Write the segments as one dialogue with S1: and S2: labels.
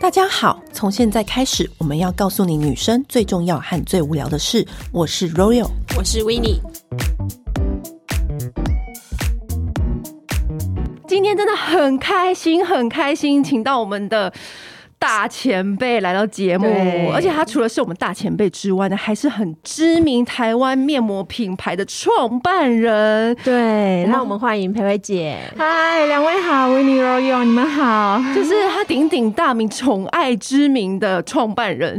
S1: 大家好，从现在开始，我们要告诉你女生最重要和最无聊的事。我是 Royal，
S2: 我是 w i n n i e
S3: 今天真的很开心，很开心，请到我们的大前辈来到节目
S2: 对，
S3: 而且他除了是我们大前辈之外呢，还是很知名台湾面膜品牌的创办人。
S2: 对，
S3: 们
S2: 让我们欢迎佩佩 姐。
S4: 嗨，两位好，维尼 Royal，你们好，
S3: 就是他鼎鼎大名、宠爱知名的创办人，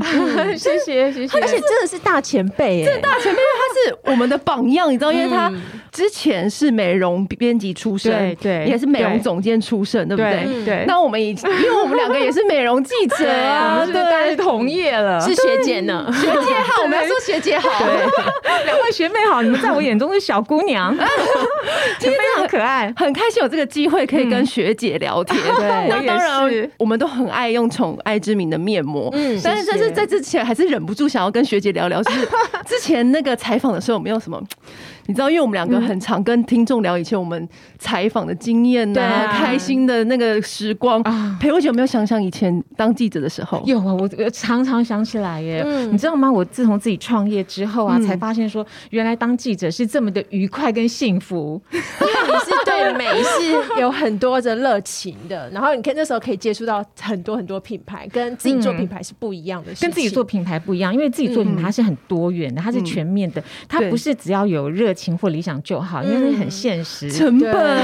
S4: 谢谢谢谢
S2: 而且真的是大前辈耶，
S3: 大前辈他是我们的榜样，你知道，因为他之前是美容编辑出身，
S4: 对对
S3: 也是美容
S4: 对
S3: 总监出身，对不对？
S4: 对对
S3: 那我们以，因为我们两个也是美容记者
S4: 我
S3: 啊，
S4: 们是大家同业了，
S2: 是学姐 呢。
S3: 学姐好，我们要说学姐好。
S4: 两位学妹好，你们在我眼中是小姑娘，非常可爱。
S3: 很开心有这个机会可以跟学姐聊天，
S4: 对
S3: 那当
S4: 我也
S3: 然
S4: 是
S3: 我们都很爱用宠爱之名的面膜，
S2: 嗯
S3: 但是
S4: 谢
S3: 但
S4: 谢
S3: 是在之前还是忍不住想要跟学姐聊 聊，就是之前那个采访的时候有没有什么？你知道，因为我们两
S4: 嗯
S3: 个很常跟听众聊以前我们采访的经验呐、
S4: 对啊
S3: 开心的那个时光
S4: 啊。
S3: 裴伟姐有没有想想以前当记者的时候？
S4: 有啊，我我常常想起来耶，
S2: 嗯
S4: 你知道吗？我自从自己创业之后啊，
S3: 嗯
S4: 才发现说，原来当记者是这么的愉快跟幸福。
S2: 因为你是对美是有很多的热情的，然后你看那时候可以接触到很多很多品牌，跟自己做品牌是不一样的事情
S4: 跟自己做品牌不一样，因为自己做品牌它是很多元的，它是全面的，它
S3: 嗯对嗯
S4: 不是只要有热情或理想就好，因为那很现实，
S3: 成
S2: 对
S3: 本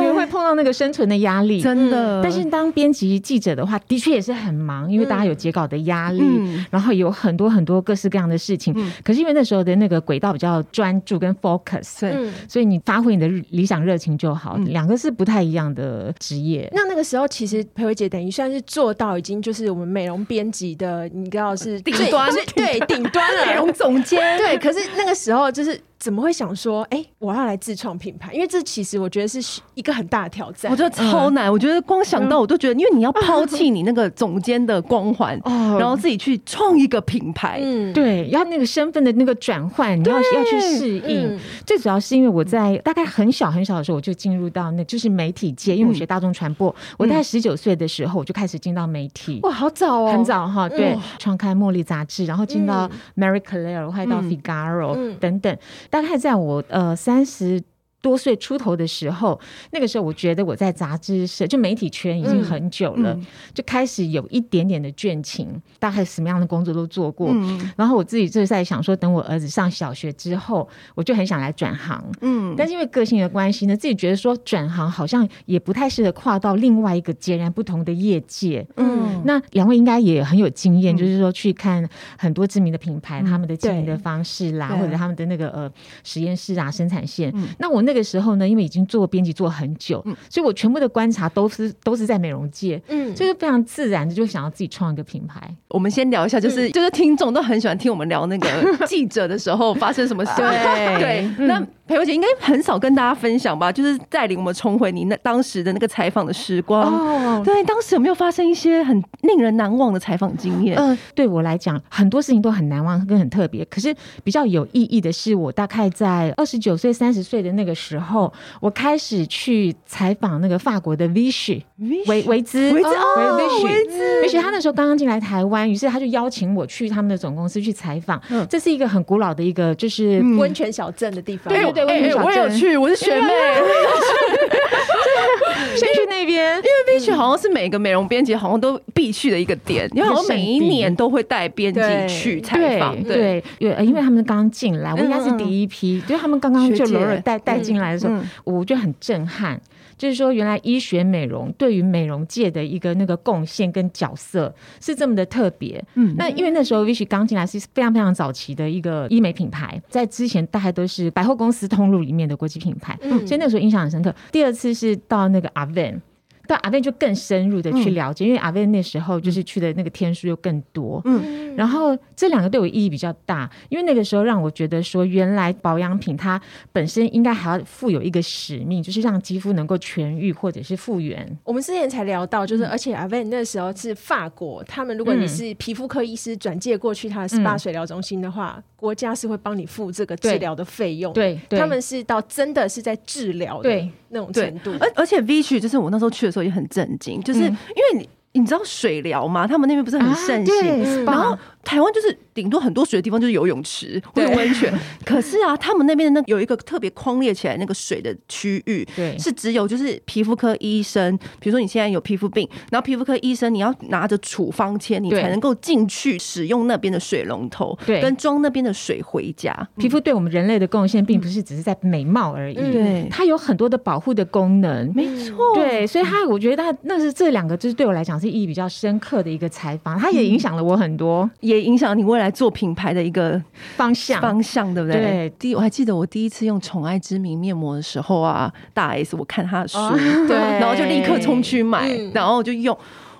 S4: 你嗯们会碰到那个生存的压力。嗯
S3: 真的，
S4: 但是当编辑记者的话，的确也是很忙，因为大家有截稿的压力，
S3: 嗯
S4: 然后有很多很多各式各样的事情。可是因为那时候的那个轨道比较专注跟 focus，
S3: 对嗯
S2: 嗯。
S4: 所以你发挥你的理想热情就好，两、个是不太一样的职业。
S2: 那那个时候，其实裴伟姐等于算是做到已经就是我们美容编辑的，你知道是
S3: 顶
S2: 最
S3: 端
S2: 最对顶端 了。
S3: 美容总监
S2: 对，可是那个时候就是怎么会想说，哎、我要来自创品牌？因为这其实我觉得是一个很大的挑战。
S3: 我觉得超难，我觉得光想到我都觉得，因为你要抛弃你那个总监的光环，
S4: 哦
S3: 然后自己去创一个品牌，
S2: 嗯，
S4: 对，要那个身份的那个转换，你要要去适应。
S2: 嗯
S4: 最主要是因为我在大概很小很小的时候，我就进入到那就是媒体界，因为我学大众传播，我大概十九岁的时候我就开始进到媒体。
S2: 哇，好早哦，
S4: 很，早
S3: 嗯
S4: 哈，对
S2: 哇，
S4: 创刊《茉莉》杂志，然后进到 Mary Claire，后来到
S3: 嗯
S4: Figaro、
S2: 嗯
S4: 等等，大概在我呃三十。多岁出头的时候，那个时候我觉得我在杂志社就媒体圈已经很久了，
S3: 嗯
S4: 就开始有一点点的倦情，大概什么样的工作都做过。
S3: 嗯
S4: 然后我自己就是在想说，等我儿子上小学之后，我就很想来转行。
S3: 嗯，
S4: 但是因为个性的关系呢，自己觉得说转行好像也不太适合跨到另外一个截然不同的业界。
S2: 嗯
S4: 那两位应该也很有经验，就是说去看很多知名的品牌，他们的经营的方式啦，
S3: 对
S4: 或者他们的那个呃实验室啊、生产线
S3: 嗯。
S4: 那我那个时候呢，因为已经做编辑做很久
S3: 嗯，
S4: 所以我全部的观察都是都是在美容界，
S2: 嗯，
S4: 就是非常自然的就想要自己创一个品牌。
S3: 我们先聊一下，就是就是听众都很喜欢听我们聊那个记者的时候发生什么事，
S2: 对
S3: 对。那裴伟姐应该很少跟大家分享吧，就是带领我们重回你那当时的那个采访的时光。
S4: 哦
S3: 对，当时有没有发生一些很令人难忘的采访经验？
S4: 呃，对我来讲，很多事情都很难忘跟很特别。可是比较有意义的是，我大概在二十九岁、三十岁的那个时候，我开始去采访那个法国的 Vichy 维维兹
S3: 维兹哦维
S4: 维 Vichy。Vichy 他那时候刚刚进来台湾，于是他就邀请我去他们的总公司去采访。
S3: 嗯
S4: 这是一个很古老的一个，就是
S2: 温泉小镇的地方，
S4: 嗯对
S3: 哎
S4: 对温
S3: 哎
S4: 泉小
S3: 我也有
S4: 镇
S3: 去，我是学妹。
S4: 先去那边。
S3: 因为必须好像是每个美容编辑好像都必去的一个点，因为好像每一年都会带编辑去采访，对，嗯
S4: 对，因为呃因为他们刚进来，我应该是第一批，就是他们刚刚
S3: 学
S4: 就
S3: 姐
S4: 罗尔带带进来的时候，
S3: 嗯嗯
S4: 我就很震撼，就是说原来医学美容对于美容界的一个那个贡献跟角色是这么的特别。
S3: 嗯
S4: 那因为那时候 Vichy 刚进来是非常非常早期的一个医美品牌，在之前大概都是百货公司通路里面的国际品牌，
S2: 嗯
S4: 所以那时候印象很深刻。第二次是到那个 Aven。但阿贝就更深入的去
S3: 嗯
S4: 了解，因为阿贝那时候就是去的那个天数又更多，嗯，然后这两个对我意义比较大，因为那个时候让我觉得说，原来保养品它本身应该还要负有一个使命，就是让肌肤能够痊愈或者是复原。
S2: 我们之前才聊到，就是而且 Aven 那时候是法国，他们如果你
S4: 嗯
S2: 是皮肤科医师转介过去他的 SPA 水疗中心的话，国家是会帮你付这个治
S4: 对
S2: 疗的费用的。
S4: 对，对
S2: 他们是到真的是在治疗的
S4: 对
S2: 那种
S3: 对
S2: 程度，，嗯
S3: 而而且 V 区就是我那时候去的时候也很震惊，就是因为你。你知道水疗吗？他们那边不是很盛
S4: 啊
S3: 行
S4: 对，
S3: 然后台湾就是顶多很多水的地方就是游泳池或者温泉， 可是啊，他们那边的那有一个特别框列起来那个水的区域，
S4: 对
S3: 是只有就是皮肤科医生，比如说你现在有皮肤病，然后皮肤科医生你要拿着处方签，你
S4: 对
S3: 才能够进去使用那边的水龙头，
S4: 对
S3: 跟装那边的水回家。
S4: 皮肤对我们人类的贡献，并不是只是在美貌而已，
S2: 嗯
S3: 对
S4: 它有很多的保护的功能。
S3: 嗯没错，
S4: 对，所以它我觉得它那是这两个，就是对我来讲是意义比较深刻的一个采访，它也影响了我很多
S3: 也影响你未来做品牌的一个
S4: 方向。
S3: 嗯方向，对不对？
S4: 对
S3: 第我还记得我第一次用《宠爱之名》面膜的时候啊，大 S 我看她的书，
S4: 对
S3: 然后就立刻冲去买，
S2: 嗯哦
S3: 然后就用，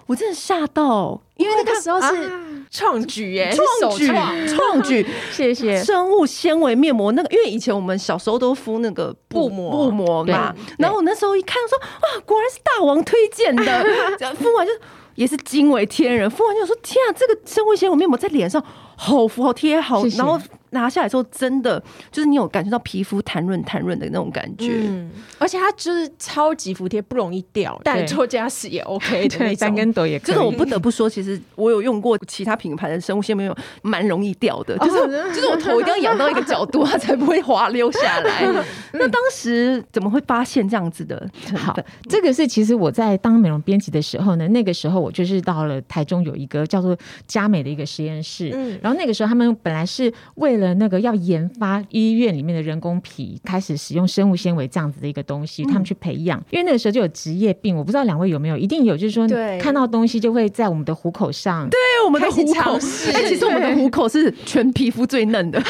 S3: 我真的吓到，因为那
S2: 那
S3: 个啊
S2: 个时候
S4: 啊
S2: 是创举耶，是
S3: 创举
S2: 首创，
S3: 创举。
S4: 谢谢。
S3: 生物纤维面膜那个，因为以前我们小时候都敷那个
S2: 布膜
S3: 布膜嘛
S4: 对，
S3: 然后我那时候一看说哇，果然是大王推荐的， 这样敷完就也是惊为天人，敷完就说天啊，这个生物纤维面膜在脸上好敷好贴好，
S4: 谢谢
S3: 然后拿下来之后真的就是你有感觉到皮肤弹润弹润的那种感觉，
S2: 嗯，而且它就是超级服帖，不容易掉，但做家使也 OK 的那
S4: 对，
S2: 种
S4: 三。根斗也可以。
S3: 这个我不得不说，其实我有用过其他品牌的生物线，没有蛮容易掉的，就是、就是我头一定要仰到一个角度，它才不会滑溜下来。 那当时怎么会发现这样子的成
S4: 好
S3: 分？，
S4: 这个是其实我在当美容编辑的时候呢，那个时候我就是到了台中有一个叫做佳美的一个实验室，
S2: 嗯
S4: 然后那个时候他们本来是为了那个要研发医院里面的人工皮，开始使用生物纤维这样子的一个东西，他们去培养，因为那个时候就有职业病，我不知道两位有没有，一定有，就是说
S2: 对
S4: 看到东西就会在我们的虎口上，对，
S3: 对，我们的虎
S2: 开始
S3: 口
S2: 尝，试
S3: 哎、其实我们的虎口是全皮肤最嫩的，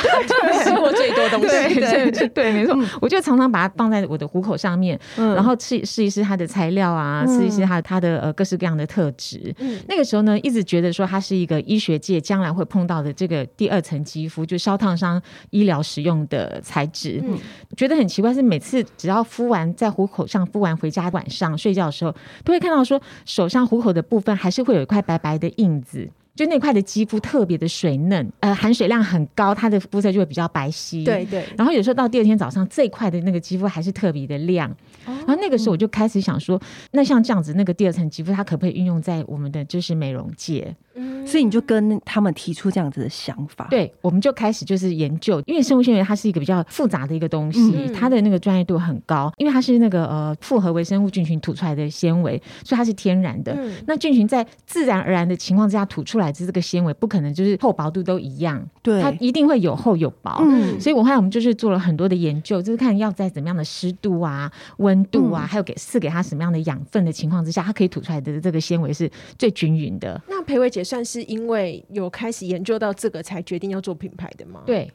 S2: 吃过最多东
S4: 对
S2: 西，嗯
S4: 对对对，没错，我就常常把它放在我的虎口上面，
S3: 嗯
S4: 然后试试一试它的材料啊，试一试
S2: 嗯
S4: 它它的呃各式各样的特质。那个时候呢，一直觉得说它是一个医学界将来会碰到的这个第二层肌肤，就烧烫伤医疗使用的材质。
S2: 嗯
S4: 觉得很奇怪是每次只要敷完在虎口上敷完回家晚上睡觉的时候，都会看到说手上虎口的部分还是会有一块白白的印子。就那块的肌肤特别的水嫩，呃，含水量很高，它的肤色就会比较白皙。
S2: 对对
S4: 然后有时候到第二天早上，这一块的那个肌肤还是特别的亮。然后那个时候我就开始想说，那像这样子，那个第二层肌肤它可不可以运用在我们的就是美容界？
S2: 嗯
S3: 所以你就 跟他们提出这样子的想法。，
S4: 对，我们就开始就是研究，因为生物纤维它是一个比较复杂的一个东西，它的那个专业度很高，因为它是那个呃复合微生物菌群吐出来的纤维，所以它是天然的。
S2: 嗯
S4: 那菌群在自然而然的情况之下吐出来的这个纤维，不可能就是厚薄度都一样，
S3: 对
S4: 它一定会有厚有薄。
S3: 嗯
S4: 所以我后来我们就是做了很多的研究，就是看要在怎么样的湿度啊、温度
S3: 嗯
S4: 啊，还有给赐给它什么样的养分的情况之下，它可以吐出来的这个纤维是最均匀的。
S2: 那裴伟姐算是因为有开始研究到这个，才决定要做品牌的吗？，
S4: 对，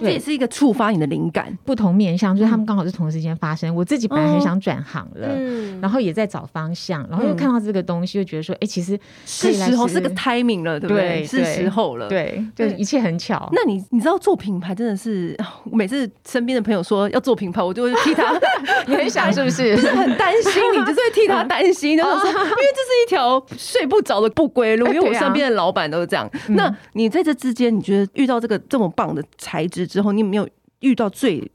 S3: 这也是一个触发你的灵感。
S4: 不同面向，
S3: 嗯
S4: 就是他们刚好是同时间发生。我自己本来很想转行了。
S2: 嗯，
S4: 然后也在找方向，然后又看到这个东西，就觉得说，哎、其实可
S3: 嗯是
S4: 以来
S3: 时候，
S4: 试
S3: 是个 timing 了，对不
S4: 对
S3: 对？是时候了。。
S4: 对，就是一切很巧。
S3: 那你你知道做品牌真的是， 我每次身边的朋友说要做品牌，我就会替他
S4: 你很想是不是？
S3: 就是很担心你，就是会替他担心，然后 说，因为这是一条睡不着的不归路。因
S4: 哎
S3: 为我
S4: 对啊
S3: 身边的老板都是这样。那你在这之间，你觉得遇到这个这么棒的材质之后，你有没有遇到最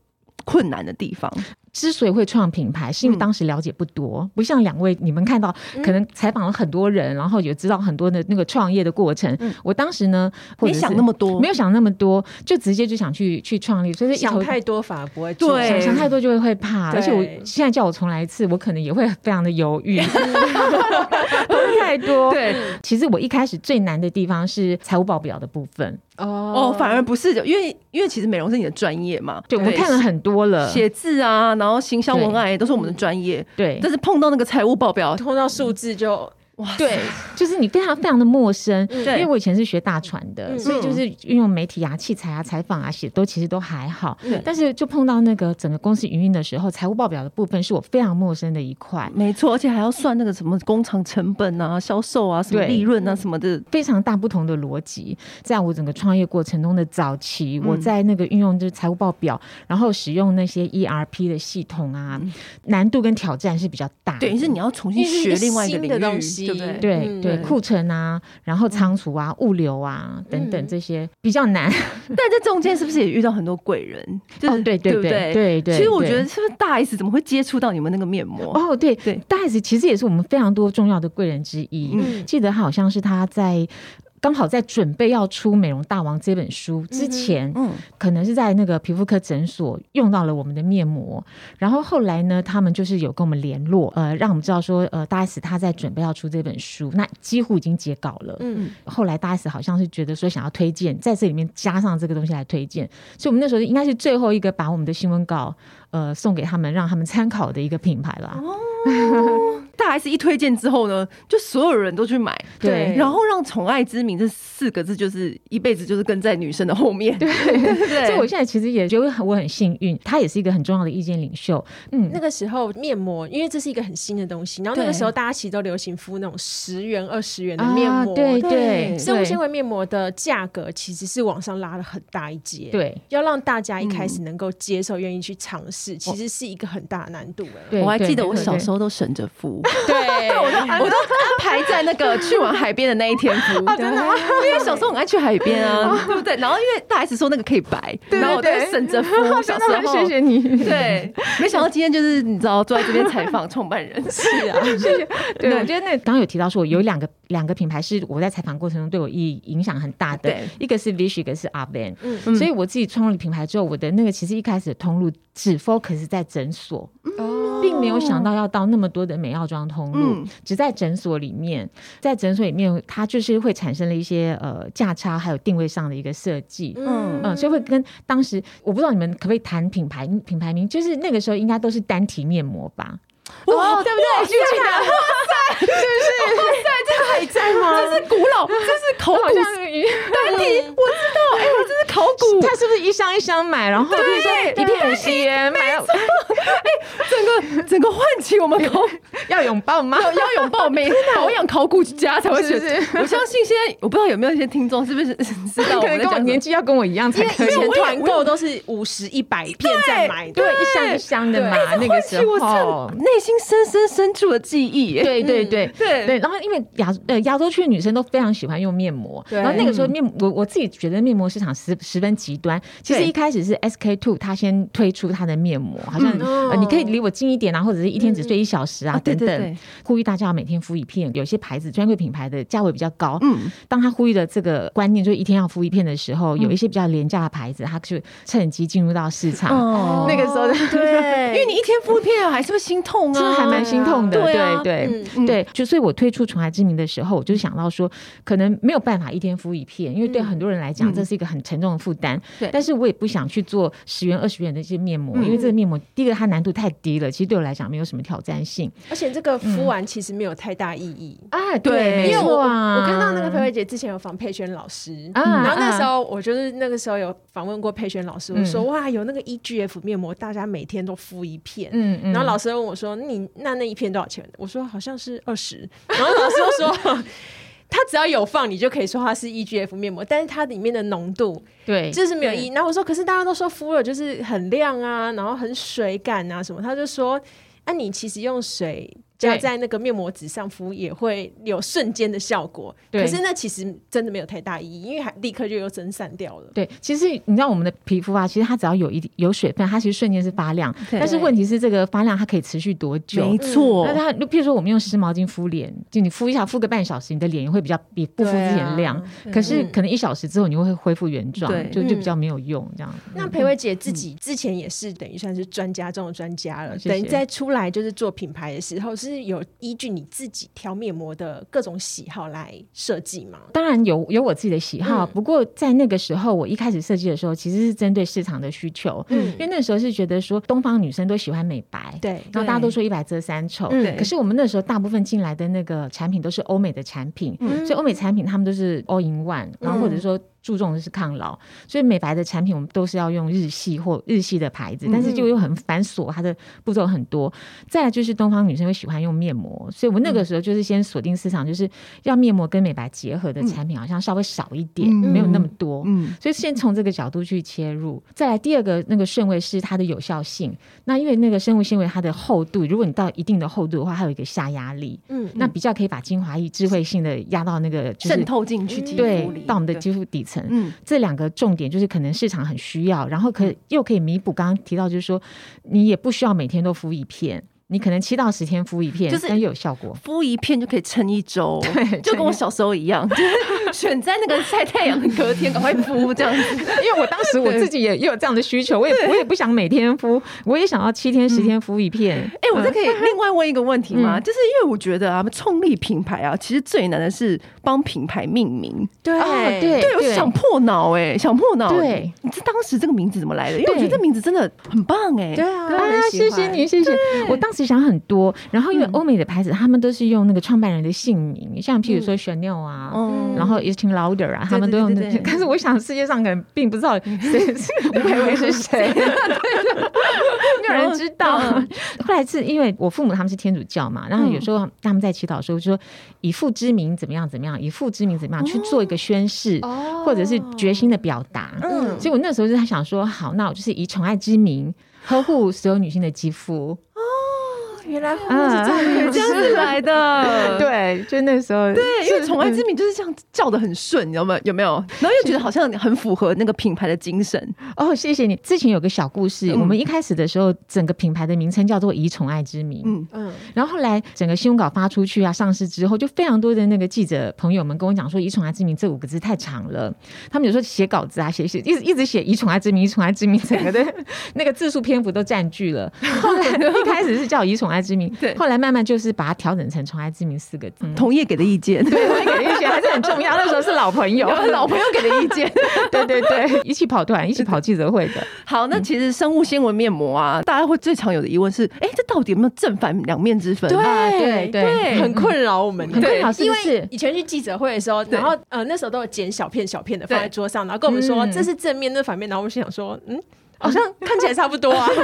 S3: 困难的地方？
S4: 之所以会创品牌，是因
S3: 嗯
S4: 为当时了解不多，不像两位你们看到可能采访了很多人，然后也知道很多的那个创业的过程。我当时呢，或
S3: 嗯没
S4: 者是
S3: 想那么多，
S4: 没有想那么多，就直接就想去去创立，所以是一
S2: 想
S4: 头
S2: 太多反而不会做。
S3: 对
S4: 想想太多就会会怕，
S2: 对
S4: 而且我现在叫我重来一次，我可能也会非常的犹 豫，东西太多。
S3: 对，
S4: 其实我一开始最难的地方是财务报表的部分，
S3: 哦
S2: 哦，
S3: 反而不是的，因为因为其实美容是你的专业嘛，
S4: 对我看了很多了，
S3: 写字啊，然后行销文案也都是我们的专业，
S4: 对
S3: 但是碰到那个财务报表，
S2: 碰到数字就
S3: 哇，
S4: 对，就是你非常非常的陌生，
S2: 嗯
S4: 因
S3: 对
S4: 为我以前是学大传的，
S2: 嗯
S4: 所以就是运用媒体啊、器材啊、采访啊、写都其实都还好
S2: 对，
S4: 但是就碰到那个整个公司营运的时候，财务报表的部分是我非常陌生的一块。
S3: 没错，而且还要算那个什么工厂成本啊、销售啊、什么
S4: 对
S3: 利润啊什么的。
S4: 非常大不同的逻辑，在我整个创业过程中的早期，我在那个运用就是财务报表，然后使用那些 ERP 的系统啊，难度跟挑战是比较大的。
S3: 等于是你要重新学另外一个
S2: 因为是一个
S3: 领
S2: 新的
S3: 域
S2: 东，西
S3: 对不对？
S4: 对、
S2: 嗯
S4: 对
S3: 对
S4: 库存啊，然后仓储啊、物流啊等等这些比较难。
S3: 但这中间是不是也遇到很多贵人？就是、
S4: 哦，对
S3: 对
S4: 对
S3: 不
S4: 对对对。
S3: 其实我
S4: 对
S3: 觉得，是不是大 S 怎么会接触到你们那个面膜？
S4: 哦，对
S3: 对
S4: 大 S 其实也是我们非常多重要的贵人之一。
S2: 嗯
S4: 记得她好像是她在刚好在准备要出《美容大王》这本书之前，
S3: 嗯，
S4: 可能是在那个皮肤科诊所用到了我们的面膜，然后后来呢，他们就是有跟我们联络，呃，让我们知道说，呃，大 S 她在准备要出这本书，那几乎已经截稿了。
S2: 嗯，
S4: 后来大 S 好像是觉得说想要推荐，在这里面加上这个东西来推荐，所以我们那时候应该是最后一个把我们的新闻稿呃送给他们，让他们参考的一个品牌啦。
S3: 大 S 一推荐之后呢，就所有人都去买，
S4: 对
S3: 然后让“宠爱之名”这四个字就是一辈子就是跟在女生的后面，对不对？
S4: 所以我现在其实也觉得我很幸运，他也是一个很重要的意见领袖。嗯，
S2: 那个时候面膜，因为这是一个很新的东西，然后那个
S3: 对
S2: 时候大家其实都流行敷那种十元、二十元的面膜，
S4: 啊、对
S3: 对
S4: 对，
S2: 生物纤
S4: 维
S2: 维面膜的价格其实是往上拉了很大一截，，
S4: 对。
S2: 要让大家一开始能够接受、愿意去尝试，其实是一个很大的难度哎。
S4: 对
S3: 我还记得我
S4: 对
S3: 小
S4: 对
S3: 时候都省着敷，
S2: 对，
S3: 我都我都安排在那个去完海边的那一天 敷，
S4: 哦
S3: 啊，真的，因为小时候很爱去海边啊，对不对？然后因为大 S 说那个可以白，
S4: 对 哦
S3: 然后我都会
S4: 对
S3: 省 着敷，小时候
S4: 谢谢 你。
S3: 对，没想到今天就是你知道坐在这边采访创办人，是啊，
S4: 对，我觉得那刚刚有提到说，我有两个两个品牌是我在采访过程中对我意义影响很大的
S3: 对，
S4: 一个是 Vish，一个是 Aven。
S2: 嗯
S4: 嗯，所以我自己创立品牌之后，我的那个其实一开始的通路只 focus 在诊所，并没有想到要到那么多的美药妆通路，
S3: 嗯
S4: 只在诊所里面，在诊所里面，它就是会产生了一些呃价差，还有定位上的一个设计。
S2: 嗯
S4: 嗯，所以会跟当时我不知道你们可不可以谈品牌品牌名，就是那个时候应该都是单体面膜吧？啊
S3: 哇，对不对？去哪？哇塞，是不是？哇塞，这还在 吗？这是古老，这是考古丹迪，我知道，哎，我这是考古，
S4: 它是不是一箱一箱买，然后比如说一片五十元买到
S3: 整个整个唤起我们考
S4: 要拥抱吗？
S3: 要 要拥抱 美，保养考古家才会选择
S4: 是不。
S3: 我相信现在，我不知道有没有一些听众是不是知道我
S4: 可能
S3: 们在
S4: 跟我
S3: 讲什
S4: 年
S3: 么。
S4: 纪要跟我一样才
S2: 因为
S4: 可以
S2: 以。前团购都是五十、一百片在买，
S4: 对，一箱一箱的嘛，那个
S3: 唤起
S4: 时
S3: 我
S4: 候哦
S3: 深。内心深深深处的记忆，哎
S4: 对对
S2: 嗯
S4: 对、
S3: 对
S4: 对，然后因为亚呃亚洲区的女生都非常喜欢用面膜，
S2: 对
S4: 然后那
S3: 嗯
S4: 个时候面我我自己觉得面膜市场十十分极端。其实
S3: 对
S4: 一开始是 SK two 它先推出它的面膜，好像、
S2: 嗯
S4: 呃你可以离我近一点啊，或者是一天只睡一小时啊、
S3: 啊对
S4: 等
S3: 对
S4: 等，
S3: 对
S4: 呼吁大家要每天敷一片。有些牌子专柜品牌的价位比较高，
S3: 嗯，
S4: 当他呼吁的这个观念就是一天要敷一片的时候，有一些比较廉价的牌子，它就趁机进入到市场。
S3: 哦
S4: 那个时候的
S3: 因为你一天敷一片啊，还是会心痛啊，
S4: 真的还蛮心痛
S2: 嗯
S4: 的，
S3: 对啊
S4: 对对对，就所以，我推出《宠爱之名》的时候，我就想到说，可能没有办法一天敷一片，因为对很多人来
S2: 嗯
S4: 讲，这是一个很沉重的负担。
S3: 对
S4: 但是我也不想去做十元、二十元的一些面膜，因为这个面膜，第一个它难度太低了，其实对我来讲没有什么挑战性
S2: 而且这个敷完其实没有太大意义。
S4: 啊。
S3: 对
S4: 没
S2: 因为我
S4: 错
S2: 我
S4: 啊，
S2: 我看到那个佩佩姐之前有访佩轩老师，
S4: 啊
S2: 然后那
S4: 啊
S2: 时候我就是那个时候有访问过佩轩老师，我说
S4: 嗯
S2: 哇有那个 EGF 面膜，大家每天都敷一片，
S4: 嗯嗯
S2: 然后老师问我说你那那一片多少钱？我说好像是二十，然后老师就说。 它只要有放，你就可以说它是 EGF 面膜，但是它里面的浓度
S4: 对，
S2: 就是没有意义。然后我说，可是大家都说敷了就是很亮啊，然后很水感啊什么，他就说，啊，你其实用水加
S4: 对
S2: 在那个面膜纸上敷也会有瞬间的效果，
S4: 对
S2: 可是那其实真的没有太大意义，因为还立刻就又蒸散掉了。
S4: 对，其实你知道我们的皮肤啊，其实它只要有一有水分，它其实瞬间是发亮。
S3: 对
S4: 但是问题是，这个发亮它可以持续多久
S3: 没？
S2: 哦
S3: 错
S4: 那，它，就譬如说我们用湿毛巾敷脸，就你敷一下，敷个半小时，你的脸也会比较比不敷之前亮。可是可能一小时之后，你又会恢复原状
S3: 对，
S4: 就就
S2: 啊嗯
S4: 比较没有用这样。
S2: 那裴伟姐自己之前也是等于算是专家中的专家了，
S4: 嗯谢谢
S2: 等于在出来就是做品牌的时候，是是有依据你自己挑面膜的各种喜好来设计吗？
S4: 当然有有我自己的喜好，
S2: 嗯
S4: 不过在那个时候，我一开始设计的时候，其实是针对市场的需求，
S2: 嗯
S4: 因为那时候是觉得说东方女生都喜欢美白，
S2: 对
S4: 然后大家都说一百遮三丑，
S2: 嗯
S4: 可是我们那时候大部分进来的那个产品都是欧美的产品，
S2: 嗯
S4: 所以欧美产品他们都是 all in one，然后
S3: 嗯
S4: 或者说注重的是抗老，所以美白的产品我们都是要用日系或日系的牌
S3: 嗯
S4: 子，但是就又很繁琐，它的步骤很多。再来就是东方女生会喜欢用面膜，所以我那
S3: 嗯
S4: 个时候就是先锁定市场，就是要面膜跟美白结合的产品好像稍微少一点，
S3: 嗯
S4: 没有那么多。
S3: 嗯，
S4: 所以先从这个角度去切入，再来第二个那个顺位是它的有效性。那因为那个生物纤维它的厚度，如果你到一定的厚度的话，它有一个下压力，
S2: 嗯
S4: 那比较可以把精华液智慧性的压到那个就是
S3: 渗透进去肌
S4: 对
S3: 肤里，
S4: 到我们的
S3: 对
S4: 肌肤底层。
S3: 嗯
S4: 这两个重点就是可能市场很需要，然后可又可以弥补刚刚提到，就是说你也不需要每天都敷一片，你可能七到十天敷一片，
S3: 就是
S4: 但又有效果。
S3: 敷一片就可以撑一周，
S4: 对
S3: 就跟我小时候一样，就是选在那个晒太阳隔天赶快敷这样子。
S4: 因为我当时我自己也也有这样的需求， 我也我也不想每天敷，我也想要七天十天敷一片。
S3: 哎、我这可以另外问一个问题吗？就是因为我觉得啊，创立品牌啊，其实最难的是帮品牌命名。
S2: 对
S4: 哦对
S3: 对，我想破脑哎、想破脑。
S4: 对，
S3: 你这当时这个名字怎么来的？因为我觉得
S4: 对
S3: 这名字真的很棒哎、
S2: 对啊，
S4: 啊，谢谢你，，谢谢。我当时想很多，然后因为欧美的牌子，他们都是用那个创办人的姓名，像譬如说 Chanel 啊，
S3: 嗯
S4: 然后 e s t i n Lauder 啊，他们都
S3: 对
S4: 用
S3: 对
S4: 那
S3: 对
S4: 个
S3: 对。
S4: 但是我想世界上可能并不知道谁是吴伟伟是谁，对没有人知道。后来是因为我父母他们是天主教嘛，然后有时候他们在祈祷的时候就说以父之名怎么样怎么样，以父之名怎么样去做一个宣誓，或者是决心的表达。
S2: 嗯
S4: 所以我那时候就是想说，好，那我就是以宠爱之名呵护所有女性的肌肤。
S2: 原来护
S4: 嗯
S2: 是这样
S3: 对，这样子来的。
S4: 对，就那时候，
S3: 对，因为宠爱之名就是这样叫的很顺，你知道吗？有没有？然后又觉得好像很符合那个品牌的精神。
S4: 哦，谢谢你。之前有个小故事，
S3: 嗯
S4: 我们一开始的时候，整个品牌的名称叫做“以宠爱之名”，
S3: 嗯
S2: 嗯
S4: 然后后来整个新闻稿发出去啊，上市之后，就非常多的那个记者朋友们跟我讲说，“以宠爱之名”这五个字太长了，他们有时候写稿子啊，写写一直一直写“以宠爱之名”，“以宠爱之名”，整个的 那个字数篇幅都占据了。后来一开始是叫“以宠爱之名”，
S3: 对
S4: 后来慢慢就是把它调整成“宠爱之名”四个字。嗯
S3: 同业给的意见，对，
S4: 我也给力学还是很重要，那时候是老朋友，
S3: 老朋友给的意见。
S4: 对对对，一起跑团，一起跑记者会的。
S3: 好，那其实生物纤维面膜啊，大家会最常有的疑问是：哎、这到底有没有正反两面之分？
S4: 啊对对嗯
S3: 对
S2: 很困扰我们，
S4: 很困扰是
S2: 因
S4: 不
S2: 为
S4: 是
S2: 以前去记者会的时候，然后呃那时候都有剪小片小片的放在桌上，然后跟我们说
S4: 嗯啊
S2: 这是正面，那是反面，然后我们心想说，嗯，好像看起来差不多啊。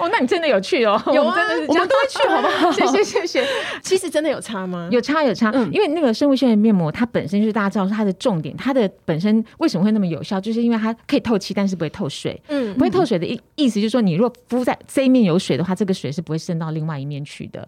S4: 哦，那你真的有去哦，
S2: 有啊
S4: 我们真的是这样
S2: 我们都会去好不好
S4: 谢谢谢谢，
S2: 其实真的有差吗？
S4: 有差有差，
S3: 嗯
S4: 因为那个生物纤维面膜，它本身就是大家知道它的重点，它的本身为什么会那么有效，就是因为它可以透气，但是不会透水。
S2: 嗯
S4: 不会透水的意意思就是说，你如果敷在这一面有水的话，这个水是不会渗到另外一面去的。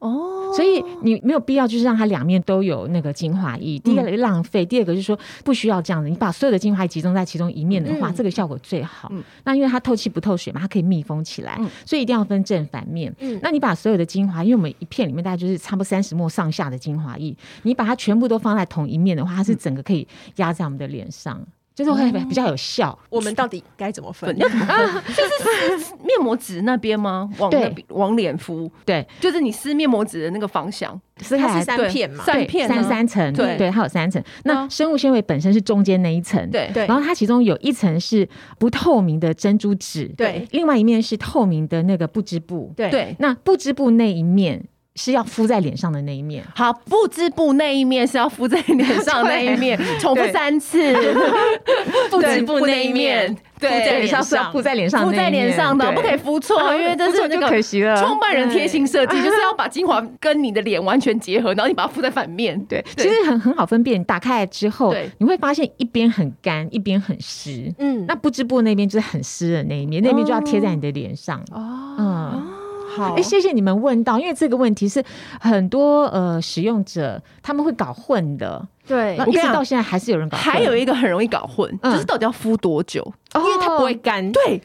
S3: 哦，
S4: 所以你没有必要就是让它两面都有那个精华液。第一个
S2: 嗯
S4: 浪费，第二个就是说不需要这样子。你把所有的精华液集中在其中一面的话，
S2: 嗯
S4: 这个效果最好。那因为它透气不透水嘛，它可以密封起来，所以一定要分正反面。
S2: 嗯
S4: 那你把所有的精华，因为我们一片里面大概就是差不多三十沫上下的精华液，你把它全部都放在同一面的话，它是
S2: 嗯
S4: 整个可以压在我们的脸上，就是会
S2: 哦
S4: 比较有效。
S2: 我们到底该怎么分？
S3: 要怎么分？就是面膜纸那边吗？往那边往脸敷，
S4: 对，
S3: 就是你撕面膜纸的那个方向。
S4: 撕开
S2: 它
S4: 来
S2: 是三
S3: 对
S2: 片嘛，
S3: 三
S4: 对
S3: 片啊
S4: 三三层，
S3: 对
S4: 对，它有三层。那
S3: 啊
S4: 生物纤维本身是中间那一层，
S3: 对
S2: 对
S4: 然后它其中有一层是不透明的珍珠纸，
S2: 对
S4: 另外一面是透明的那个不织布，。
S2: 对，
S3: 对，
S4: 那不织布那一面是要敷在脸上的那一面，
S3: 好，不织布那一面是要敷在脸上的那一面，重复
S4: 对
S3: 三次。
S2: 不
S3: 对
S2: 止布那一面，
S3: 对
S2: 敷在
S4: 对，
S2: 脸
S4: 是要敷
S2: 上
S4: 敷在脸上的
S3: 敷
S4: 那一面，
S3: 在脸上的，
S4: 对
S3: 不可以敷错，因为这
S4: 敷
S3: 是
S4: 错
S3: 那
S4: 就
S3: 个
S4: 可惜了
S3: 创办人贴心设计，
S2: 对
S3: 就是要把精华跟你的脸完全结合，然后你把它敷在反面。对，
S4: 其实很很好分辨，打开来之后
S3: 对，
S4: 你会发现一边很干，一边很湿。
S2: 嗯
S4: 那不织布那边就是很湿的那一面，那边就要贴在你的脸上。
S2: 哦，
S4: 嗯，
S2: 好
S4: 哎、，谢谢你们问到，因为这个问题是很多呃使用者他们会搞混的，
S2: 对
S4: 那
S3: 我跟
S4: 一
S3: 你
S4: 直
S3: 讲
S4: 到现在还是有人搞混。
S3: 还有一个很容易搞混，
S4: 嗯
S3: 就是到底要敷多久？
S4: 因
S2: 因为它不会干，
S3: 对，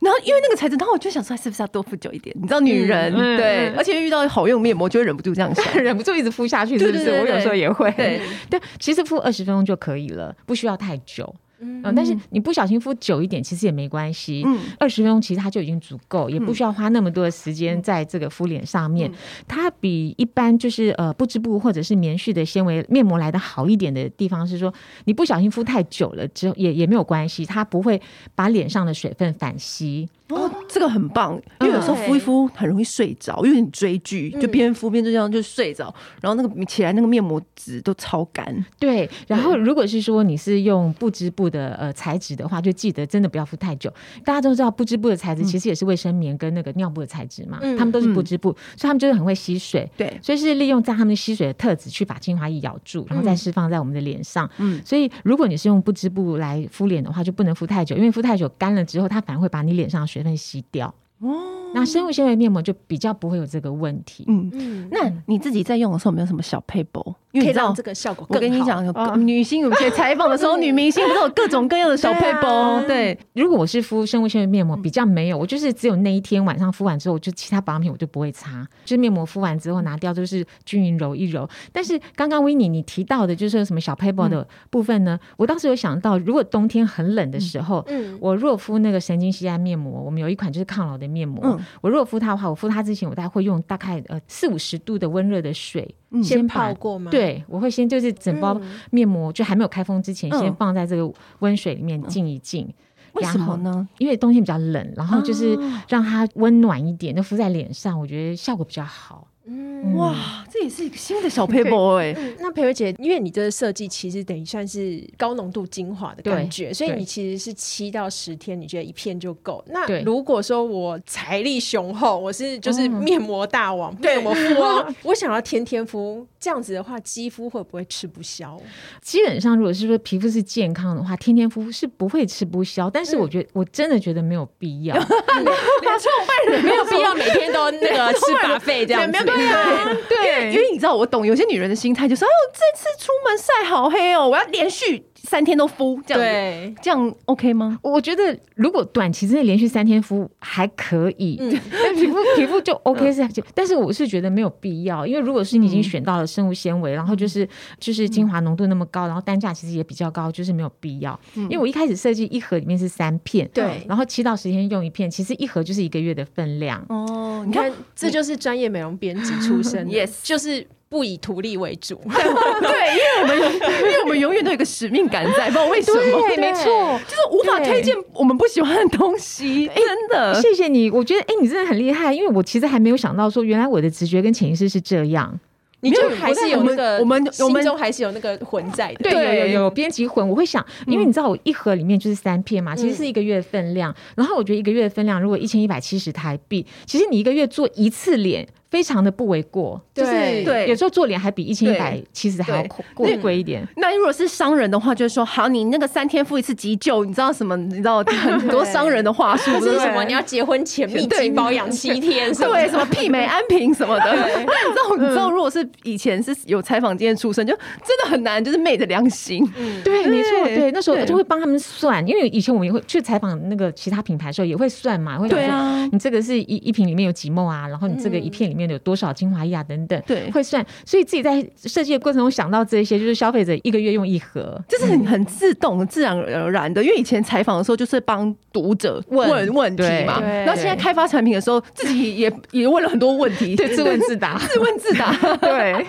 S3: 然后因为那个材质，然后我就想说，哎是不是要多敷久一点？你知道，女人
S4: 嗯嗯
S3: 对
S4: 嗯，
S3: 而且遇到好用面膜，就会忍不住这 样想。
S4: 忍不住一直敷下去，是不是？
S3: 对对对对
S4: 我有时候也会。
S3: 对
S4: 对，其实敷二十分钟就可以了，不需要太久。嗯、但是你不小心敷久一点，其实也没关系。
S3: 嗯
S4: 二十分钟其实它就已经足够，也不需要花那么多的时间在这个敷脸上面。
S3: 嗯
S4: 它比一般就是呃不织布或者是棉絮的纤维面膜来的好一点的地方是说，你不小心敷太久了之后也也没有关系，它不会把脸上的水分反吸。
S3: 哦，这个很棒，因为有时候敷一敷很容易睡着，因为你追剧就边敷边就这样就睡着，然后那个起来那个面膜纸都超干，
S4: 对，然后如果是说你是用不织布的呃材质的话，就记得真的不要敷太久。大家都知道不织布的材质其实也是卫生棉跟那个尿布的材质嘛，
S2: 嗯
S4: 他们都是不织布，所以他们就是很会吸水。
S3: 对
S4: 所以是利用在他们吸水的特质去把精华液咬住，然后再释放在我们的脸上。
S3: 嗯
S4: 所以如果你是用不织布来敷脸的话，就不能敷太久，因为敷太久干了之后，它反而会把你脸上的水分吸掉。哦，那生物纤维面膜就比较不会有这个问题。
S3: 嗯。
S2: 嗯，
S3: 那你自己在用的时候有没有什么小配博？因
S2: 可
S3: 为你
S2: 以
S3: 知道
S2: 让这个效果
S3: 我
S2: 更好。
S3: 跟你讲，有
S2: 哦
S3: 女星有些采访的时候，女明星不是有各种各样的小配包，对，
S4: 如果我是敷生物纤维面
S2: 嗯
S4: 膜，比较没有，我就是只有那一天晚上敷完之后，我就其他保养品我就不会擦，就是面膜敷完之后拿掉，就是均匀揉一揉。但是刚刚维尼你提到的，就是有什么小 paper
S2: 嗯
S4: 的部分呢？我当时有想到，如果冬天很冷的时候，
S2: 嗯
S4: 我若敷那个神经酰胺面膜，我们有一款就是抗老的面膜，
S3: 嗯
S4: 我如果敷它的话，我敷它之前，我大概会用大概呃四五十度的温热的水、
S3: 嗯
S2: 先
S4: 把
S2: 泡过吗？，
S4: 对，我会先就是整包
S2: 嗯
S4: 面膜，就还没有开封之前，
S3: 嗯
S4: 先放在这个温水里面浸一浸。
S3: 为什么呢？啊
S4: 因为冬天比较冷，然后就是让它温暖一点，就敷在脸上，我觉得效果比较好。
S2: 嗯。
S4: 哇，
S3: 哇，这也是一个新的小配包哎，
S2: 那裴伟姐，因为你这个设计其实等于算是高浓度精华的感觉，所以
S4: 对
S2: 你其实是七到十天，你觉得一片就够。那
S4: 对
S2: 如果说我财力雄厚，我是就是
S4: 嗯
S2: 面膜大王，面膜敷啊，我想要天天敷，这样子的话，肌肤会不会吃不消？
S4: 基本上如果是说皮肤是健康的话，天天敷是不会吃不消，
S3: 嗯
S4: 但是我觉得、我真的觉得没有必要。
S2: 没有必要每天都那 个吃把费这样子。
S3: 对啊， 对，因为你知道，我懂有些女人的心态，就是哦，这次出门晒好黑哦，我要连续三天都敷，这样子
S2: 对，
S3: 这样 OK 吗？
S4: 我觉得如果短期之内连续三天敷还可以，
S2: 嗯
S4: 但皮肤皮 肤就 OK 是，但是我是觉得没有必要，因为如果是你已经选到了生物纤维，然后
S2: 嗯
S4: 就是就是精华浓度那么高，然后单价其实也比较高，就是没有必要。因为我一开始设计一盒里面是三片，
S2: 嗯对
S4: 然后七到十天用一片，其实一盒就是一个月的分量。
S3: 哦，
S2: 你看，这就是专业美容编辑出身的
S3: Yes
S2: 就是不以图利为主。
S3: 对，因为我们因为我们永远都有一个使命感在，不知道为什么，
S4: 对没错
S3: 就是无法
S4: 对
S3: 推荐我们不喜欢的东西，
S2: 哎
S3: 真
S2: 嗯
S3: 的。
S4: 谢谢你，我觉得哎、诶你真的很厉害，因为我其实还没有想到说，原来我的直觉跟潜意识是这样。
S2: 你
S3: 没
S2: 就
S3: 有
S2: 还是有那个，
S3: 我们我们我们
S2: 心中还是有那个魂在的。
S4: 对，有
S3: 对嗯
S4: 有有编辑混，我会想，因为你知道我一盒里面就是三片嘛，其实是一个月的分量。然后我觉得一个月的分量如果一千一百七十台币，其实你一个月做一次脸。非常的不为过，就是
S2: 对
S3: 对
S4: 有时候做脸还比一千一百七十还要
S3: 对嗯
S4: 过贵一点。
S3: 那如果是商人的话，就是说，好，你那个三天敷一次急救，你知道什么？你知道 很多商人的话术，
S2: 或
S3: 对
S2: 是
S3: 不对
S2: 什么你要结婚前密集
S3: 对
S2: 保养七 天，什么
S3: 对，什么媲美安平什么的。那你知道，你知道，如果是以前是有采访经验出身，就真的很难，就是昧着良心。
S4: 对，没错，
S3: 嗯对
S4: 对，那时候
S3: 对
S4: 就会帮他们算，因为以前我们也会去采访那个其他品牌的时候也会算嘛，会想
S3: 对啊嗯
S4: 说你这个是一一瓶里面有几沫啊，然后你这个一片里面有多少精华液啊等等，
S3: 对
S4: 会算。所以自己在设计的过程中想到这些，就是消费者一个月用一盒，
S3: 就是很很自动、自然而然的，因为以前采访的时候就是帮读者
S4: 问
S3: 问问题嘛，
S2: 对
S3: 然后现在开发产品的时候，自己也 也问了很多问题，
S4: 对，自问自答。
S3: 自问自 答。对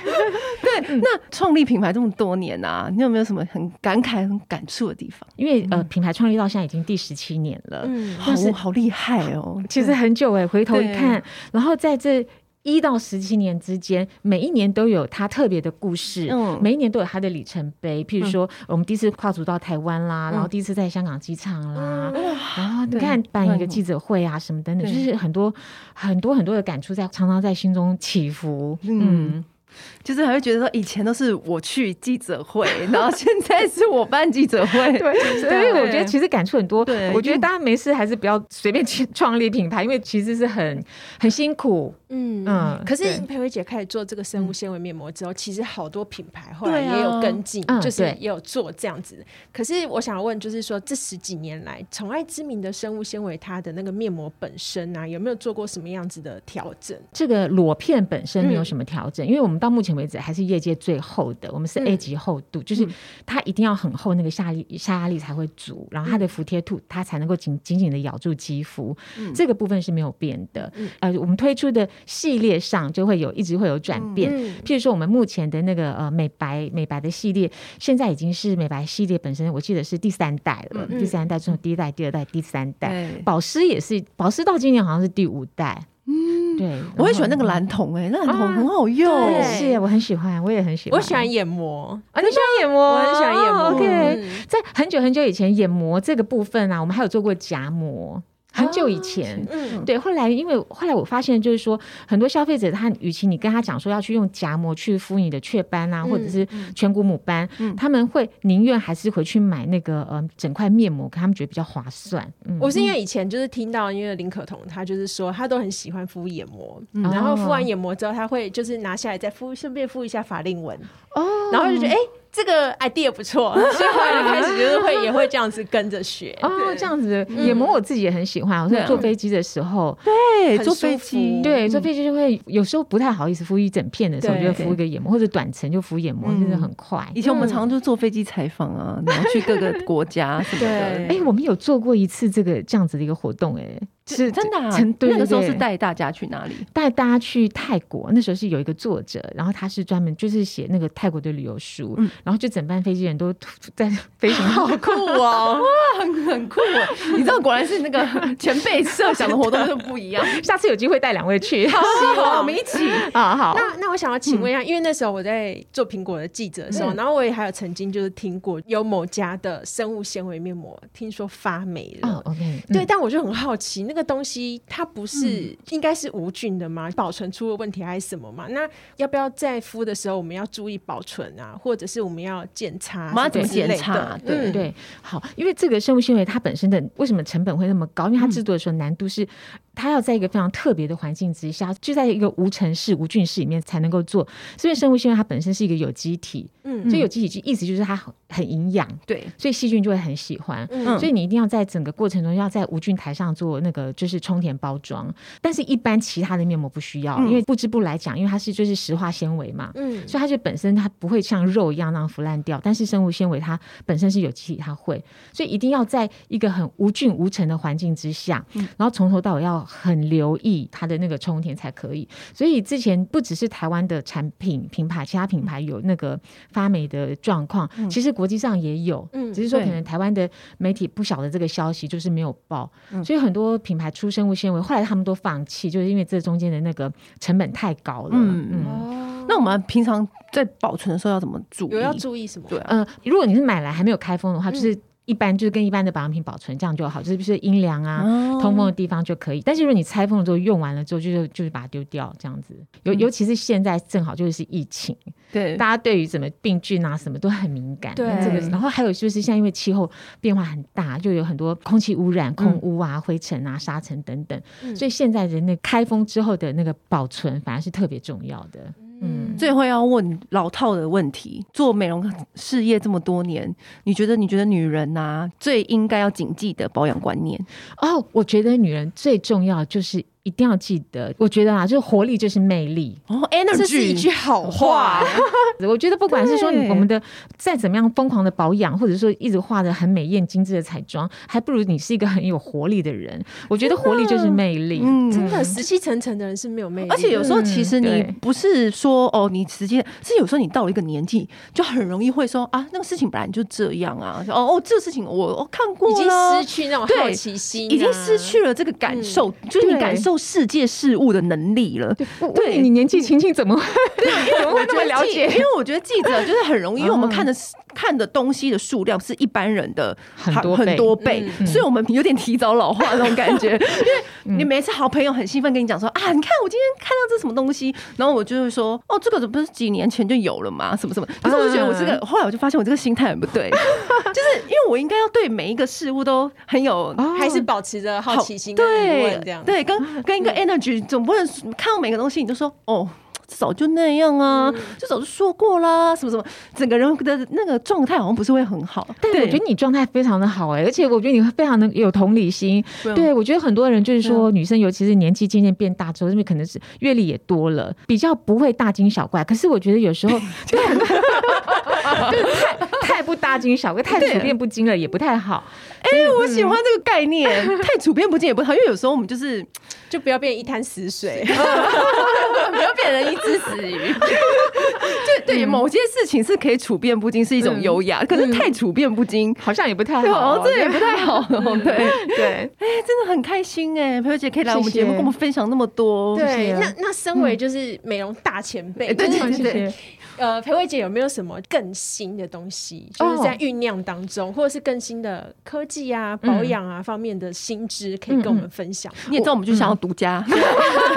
S3: 对，那创立品牌这么多年啊，你有没有什么很感慨、很感触的地方？
S4: 因为呃，品牌创立到现在已经第十七年了，
S2: 嗯
S3: 好好厉害哦！
S4: 其实很久哎、回头一看，然后在这。一到十七年之间，每一年都有它特别的故事，
S3: 嗯
S4: 每一年都有它的里程碑。譬如说，我们第一次跨足到台湾啦，然后第一次在香港机场啦，
S3: 啊
S2: 嗯
S4: 然后你看办一个记者会啊，什么等等，
S3: 对
S4: 就是很多很多很多的感触在，常常在心中起伏。
S3: 嗯就是还会觉得说，以前都是我去记者会，然后现在是我办记者会，对，
S4: 所以我觉得其实感触很多
S3: 对。
S4: 我觉得大家没事还是不要随便去创立品牌，因为其实是很很辛苦。
S2: 嗯
S4: 嗯
S2: 可是
S4: 对嗯
S2: 裴薇姐开始做这个生物纤维面膜之后，其实好多品牌后来
S3: 对啊
S2: 也有跟进，
S4: 嗯
S2: 就是
S4: 对
S2: 也有做这样子。可是我想问，就是说这十几年来，宠爱知名的生物纤维，它的那个面膜本身啊，有没有做过什么样子的调整？
S4: 这个裸片本身没有什么调整，因为我们到目前为止还是业界最厚的，我们是 A 级厚度，就是它一定要很厚，那个下力下压力才会足，然后它的服贴度它才能够紧紧紧的咬住肌肤，这个部分是没有变的。呃，我们推出的系列上就会有一直会有转变，
S2: 嗯
S4: 譬如说我们目前的那个呃美白美白的系列，现在已经是美白系列本身，我记得是第三代了，第三代从第一代、第二代、第三代，
S3: 对，
S4: 保湿也是，保湿到今年好像是第五代。嗯，对，
S3: 我很喜欢那个
S4: 蓝。
S3: 蓝桶，哎，那蓝桶很好用，
S4: 我也
S2: 对
S4: 是，我很喜欢，我也很喜欢。
S2: 我喜欢眼膜，
S4: 啊，你喜欢眼膜，
S2: 我很喜欢眼膜。
S4: 哦 OK，
S2: 嗯
S4: 在很久很久以前，眼膜这个部分啊，我们还有做过夹膜，很久以前。
S2: 嗯，
S4: 对，后来因为后来我发现，就是说很多消费者他，与其你跟他讲说要去用夹膜去敷你的雀斑啊，或者是颧骨母斑，他们会宁愿还是回去买那个呃整块面膜，他们觉得比较划算。嗯，
S2: 我是因为以前就是听到，因为林可彤她就是说，她都很喜欢敷眼膜，
S4: 哦
S2: 然后敷完眼膜之后，她会就是拿下来再敷，顺便敷一下法令纹。哦，然后就觉得哎、诶这个 idea 不 错，所以后来就开始就是会也会这样子跟着学。
S4: 哦这样子，眼膜我自己也很喜欢，我在坐飞机的时候，
S3: 对，
S2: 很
S3: 坐
S2: 舒
S3: 飞机
S2: 服，
S4: 对，
S3: 嗯
S4: 坐飞机就会有时候不太好意思敷一整片的时候，
S2: 对
S4: 就会敷一个眼膜，或者短程就敷眼膜，
S3: 嗯
S4: 真的很快。
S3: 以前我们
S2: 嗯
S3: 常常就坐飞机采访啊，然后去各 个国家什么的。
S4: 哎、我们有做过一次这个这样子的一个活动、哎，
S3: 是真的、啊
S4: 成，对
S3: 那个时候
S4: 对
S3: 是带大家去哪里？
S4: 带大家去泰国，那时候是有一个作者，然后他是专门就是写那个泰国的旅游书，
S3: 嗯
S4: 然后就整班飞机人都在飞 行后
S2: 好酷哦！
S3: 很很酷哎、你知道，果然是那 个前辈设想的活动就不一样。
S4: 下次有机会带两位去，好
S2: 哦
S3: 希望我们一起，
S4: 啊， 好，
S2: 那那我想要请问一下，因为那时候我在做苹果的记者的时候，
S4: 嗯
S2: 然后我也还有曾经就是听过有某家的生物纤维面膜，听说发霉了。
S4: 哦，OK，嗯
S2: 对，但我就很好奇，那个东西它不是、
S3: 嗯
S2: 应该是无菌的吗？保存出了问题还是什么吗？那要不要在敷的时候我们要注意保存啊，或者是我们要检查？
S3: 我们要怎么检查？？
S2: 嗯
S3: 对，
S4: 对对，好，因为这个生物纤维它本身的为什么成本会那么高？因为它制作的时候难度是，它要在一个非常特别的环境之下，就在一个无尘室、无菌室里面才能够做。所以生物纤维它本身是一个有机体，
S2: 嗯
S4: 所以有机体就意思就是它很很营养，
S3: 对，
S4: 所以细菌就会很喜欢。
S2: 嗯
S4: 所以你一定要在整个过程中要在无菌台上做那个就是充填包装，但是一般其他的面膜不需要，因为不织布来讲，因为它是就是石化纤维嘛，
S2: 嗯
S4: 所以它就本身它不会像肉一样那样腐烂掉，但是生物纤维它本身是有机体，它会，所以一定要在一个很无菌无尘的环境之下，然后从头到尾要很留意它的那个充填才可以。所以之前不只是台湾的产品品牌，其他品牌有那个发霉的状况，其实国际上也有，
S2: 嗯
S4: 只是说
S3: 嗯对
S4: 可能台湾的媒体不晓得这个消息，就是没有报，
S3: 嗯
S4: 所以很多品牌出生物纤维，后来他们都放弃，就是因为这中间的那个成本太高了，
S3: 嗯
S4: 嗯
S2: 哦，
S3: 那我们平常在保存的时候要怎么注意？
S2: 有要注意什么？
S3: 对啊
S4: 呃，如果你是买来还没有开封的话，就是一般就是跟一般的保养品保存这样就好，就是比如说阴凉啊。
S3: 哦
S4: 通风的地方就可以，但是如果你拆封了之后用完了之后，就是就是把它丢掉这样子。尤尤其是现在正好就是疫情，
S3: 对
S4: 大家对于什么病菌啊什么都很敏感。
S2: 对
S4: 这个，然后还有就是现在因为气候变化很大，就有很多空气污染、空污啊、灰尘啊、沙尘等等，所以现在人那开封之后的那个保存反而是特别重要的。嗯，
S3: 最后要问老套的问题：做美容事业这么多年，你觉得你觉得女人呐、最应该要谨记的保养观念？
S4: 哦，我觉得女人最重要就是一定要记得，我觉得啊，就是活力就是魅力。
S3: 哦，energy，
S2: 这是一句好话，
S4: 我觉得不管是说
S3: 对
S4: 我们的再怎么样疯狂的保养，或者说一直画的很美艳精致的彩妆，还不如你是一个很有活力的人。我觉得活力就是魅力。
S3: 嗯
S2: 真的死气沉沉的人是没有魅力的，
S3: 而且有时候其
S2: 嗯
S3: 实你
S4: 对
S3: 不是说哦，你直接是有时候你到了一个年纪，就很容易会说啊，那个事情本来就这样啊，说哦哦，这个事情我我看过
S2: 已经
S3: 了
S2: 失去那嗯种
S3: 对
S2: 好奇心、啊
S3: 已经失。去了这个感受，就是你
S4: 对
S3: 感受世界事物的能力了。
S4: 我问你，你年纪轻轻怎么会啊怎么 会那么了
S3: 因
S4: 解？嗯
S3: 为我觉得记者就是很容易，因为我们看的看的东西的数量是一般人的
S4: 很多倍嗯
S3: 很多倍，所以我们有点提早老化那种 感觉。因
S4: 嗯
S3: 为你每次好朋友很兴奋跟你讲说啊，你看我今天看到这什么东西，然后我就会说哦，这个不是几年前就有了嘛，什么什么。可是我就觉得我这个，
S4: 嗯
S3: 后来我就发现我这个心态很不 对，就是因为我应该要对每一个事物都很有
S2: 还是保持着好奇心跟疑
S3: 对
S2: 问这样，嗯
S3: 对，跟跟一个 energy，总不能看到每个东西你就说哦。这早就那样啊，
S2: 嗯
S3: 这早就说过啦，什么什么，整个人的那个状态好像不是会很 好。
S4: 但
S3: 对
S4: 我觉得你状态非常的好哎、而且我觉得你非常的有同理心。
S3: 对
S4: 对，我觉得很多人就是说，女生尤其是年纪渐渐变大之后，因为可能是阅历也多了，比较不会大惊小怪。可是我觉得有 时候对，啊就是太太不大惊小怪，太
S3: 对
S4: 处变不惊了，也不太好。
S3: 哎、
S2: 嗯
S3: 我喜欢这个概念， 太处变不惊也不好，因为有时候我们就是
S2: 就不要变一滩死水。
S3: 不要变成一只死鱼。对
S2: 嗯
S3: 对，某些事情是可以处变不惊，是一种优雅，可是太处变不惊。
S4: 好像也不太
S2: 嗯
S3: 对，
S4: 好
S3: 哦
S4: 哦，，
S3: 这也不太好 哦。对， 哎、
S4: 对，
S3: 真的很开心哎，裴友姐可以来我们节目，
S4: 谢谢
S3: 跟我们分享那么多。
S2: 对，
S4: 谢谢
S2: 那那身为就是美容大前辈，
S3: 嗯哎对对
S2: 就是
S3: 对
S4: 谢谢。
S2: 呃，裴慧姐有没有什么更新的东西，就是在酝酿当中，或者是更新的科技啊、保养啊方面的新知，可以跟我们分享？
S3: 你也知道，我们就
S4: 嗯
S3: 想要独家。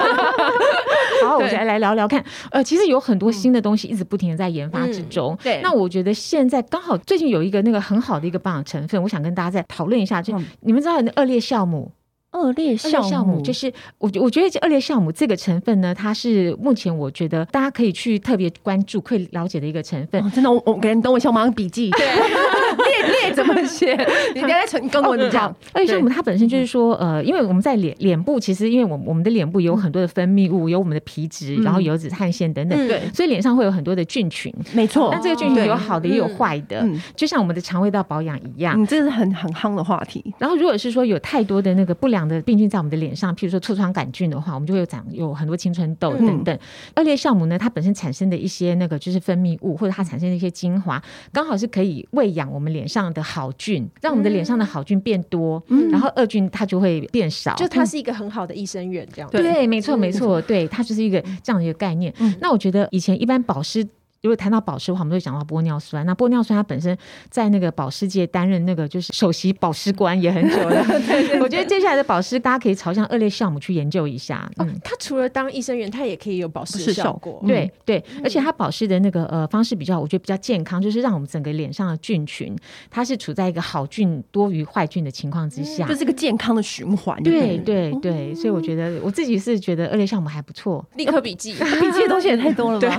S4: 好，我
S3: 对
S4: 们来来聊聊看。呃，其实有很多新的东西一直不停的在研发之中。
S3: 对
S4: 那我觉得现在刚好最近有一个那个很好的一个保养成分，我想跟大家再讨论一下。就、
S3: 嗯
S4: 你们知道恶劣酵母，
S3: 恶劣
S4: 恶劣酵母
S3: 就
S4: 就是是我觉我觉得这恶劣酵母这个成分呢，它是目前我觉得大家可以去特别关注、可以了解的一个成分。
S3: 哦真的，我我给你等我一下，我马上笔记。对， 列列怎么 写？你等一下再跟我
S4: 哦
S3: 讲
S4: 好。而且酵母
S3: 对
S4: 它本身就是说，呃，因为我们在脸脸部，其实因为我们我们的脸部有很多的分泌物，有我们的皮脂，然后油脂、汗腺等等，
S3: 对
S4: 所以脸上会有很多的菌群。
S3: 没错
S4: 那这个菌
S3: 哦对
S4: 有好的也有坏的，
S3: 嗯
S4: 就像我们的肠胃道保养一样。
S3: 你这是很很夯的话题。
S4: 然后，如果是说有太多的那个不良的病菌在我们的脸上，譬如说痤疮杆菌的话，我们就会有长有很多青春痘
S3: 嗯
S4: 等等。恶劣酵母呢，它本身产生的一些那个就是分泌物，或者它产生的一些精华，刚好是可以喂养我们脸上的好菌，让我们的脸
S3: 嗯
S4: 上的好菌变多，然后恶菌它就会变少。
S2: 就它是一个很好的益生元，这样
S3: 对
S4: 对，嗯没错，没错，对，它就是一个这样的一个概念。那我觉得以前一般保湿。如果谈到保湿的话，我们都会讲到玻尿酸。那玻尿酸它本身在那个保湿界担任那个就是首席保湿官也很久 了。我觉得接下来的保湿，大家可以朝向恶劣项目去研究一下。
S2: 哦
S4: 嗯，，
S2: 它除了当益生元，它也可以有保湿
S3: 是效
S2: 效果。
S4: 对对，而且它保湿的那个呃方式比较，我觉得比较健康，就是让我们整个脸上的菌群，它是处在一个好菌多于坏菌的情况之下。
S3: 就是一个健康的循环。
S4: 嗯对对对，所以我觉得我自己是觉得恶劣项目还不错。
S2: 立刻笔记，
S3: 笔记的东西也太多了吧？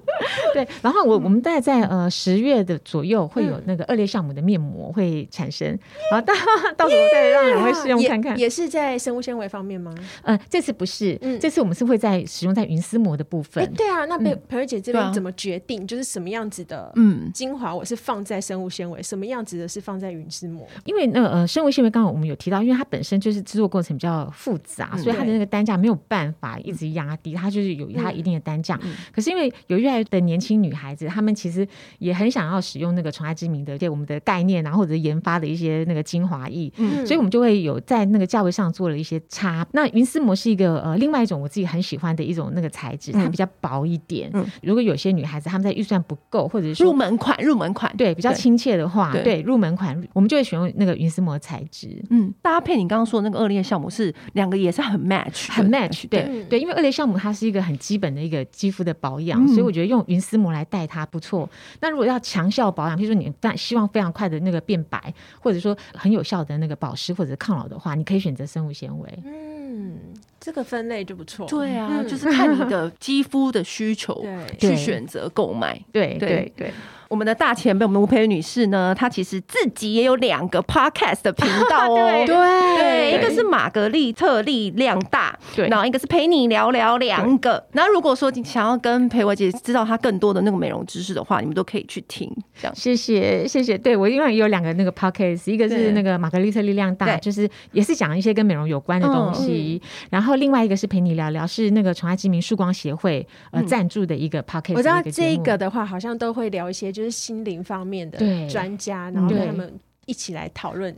S4: 对，然后我
S2: 嗯
S4: 我们大概在呃十月的左右会有那个恶劣项目的面膜会产生，然后 到到时候再让两位试用看看。
S2: 也也是在生物纤维方面吗？
S4: 呃，这次不是，
S2: 嗯
S4: 这次我们是会在使用在云丝膜的部
S2: 哎，
S4: 分。
S2: 对啊，那裴裴慧姐这
S3: 对啊
S2: 边怎么决定，就是什么样子的
S3: 嗯，
S2: 精华我是放在生物纤维，什么样子的是放在云丝膜？
S4: 因为那个呃，生物纤维刚刚我们有提到，因为它本身就是制作过程比较复杂，
S2: 嗯
S4: 所以它的那个单价没有办法一直压低，它就是有
S2: 嗯
S4: 它一定的单价。可是因为有越来越多的年轻女孩子，她们其实也很想要使用那个传爱之名的对我们的概念，啊然后或者研发的一些那个精华液，
S3: 嗯
S4: 所以我们就会有在那个价位上做了一些差。那云丝膜是一个呃另外一种我自己很喜欢的一种那个材质，它比较薄一点。
S3: 嗯
S4: 如果有些女孩子她们在预算不够，或者是说
S3: 入门款，入门款。
S4: 对比较亲切的话，
S3: 对
S4: 对入门款，我们就会选用那个云丝膜材质。
S3: 嗯，搭配你刚刚说的那个恶劣项目是两个也是很 match，的
S4: 很 match，对
S2: 嗯
S4: 对，因为恶劣项目它是一个很基本的一个肌肤的保养，
S3: 嗯
S4: 所以我觉得用云丝膜来带它不错。那如果要强效保养，譬如说你但希望非常快的那个变白，或者说很有效的那个保湿或者抗老的话，你可以选择生物纤维。
S2: 嗯，这个分类就不错。
S3: 对啊，
S2: 嗯
S3: 就是看你 的肌肤的需求
S2: 对
S3: 去
S4: 对
S3: 选择购买。
S4: 对
S3: 对
S4: 对对，
S3: 我们的大前辈，我们的吴培女士呢，她其实自己也有两个 podcast 的频道哦。对，
S4: 对
S3: 一个是玛格丽特力量大，
S4: 对
S3: 然后一个是陪你聊聊两个。那如果说你想要跟裴伟姐知道她更多的那个美容知识的话，你们都可以去听。这样，
S4: 谢谢谢谢，对我因为有两个那个 podcast，一个
S3: 对
S4: 是那个玛格丽特力量大，
S3: 对
S4: 就是也是讲一些跟美容有关的东西，然后另外一个是陪你聊聊，是那个宠爱之名曙光协会呃赞助的一个 podcast，
S2: 我知道
S4: 的一
S2: 这
S4: 节目
S2: 个的话，好像都会聊一些就是心灵方面的
S4: 对哦
S2: 专家，然后
S4: 对
S2: 跟他们一起来讨论。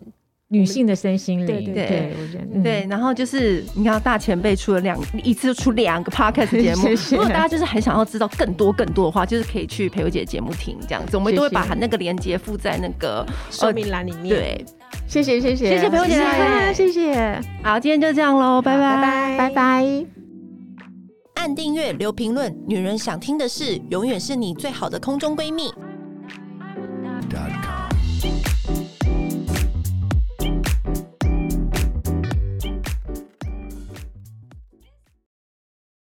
S4: 女性的身心灵，
S2: 对对
S4: 对
S3: 对
S4: 我觉得、嗯、
S3: 对，然后就是你看大前辈出了两 一次就出两个 podcast 节目，
S4: 谢谢
S3: 如果大家就是很想要知道更多更多的话，就是可以去裴伟姐的节目听这样子，我们都会
S4: 谢谢
S3: 把那个链接附在那个呃
S2: 说明栏里面。
S3: 对。
S4: 谢谢谢谢
S3: 谢谢裴伟姐来
S4: 谢谢，
S3: 好，今天就这样喽，拜拜
S2: 拜
S4: 拜拜。
S1: 按订阅，留评论，女人想听的事，永远是你最好的空中闺蜜。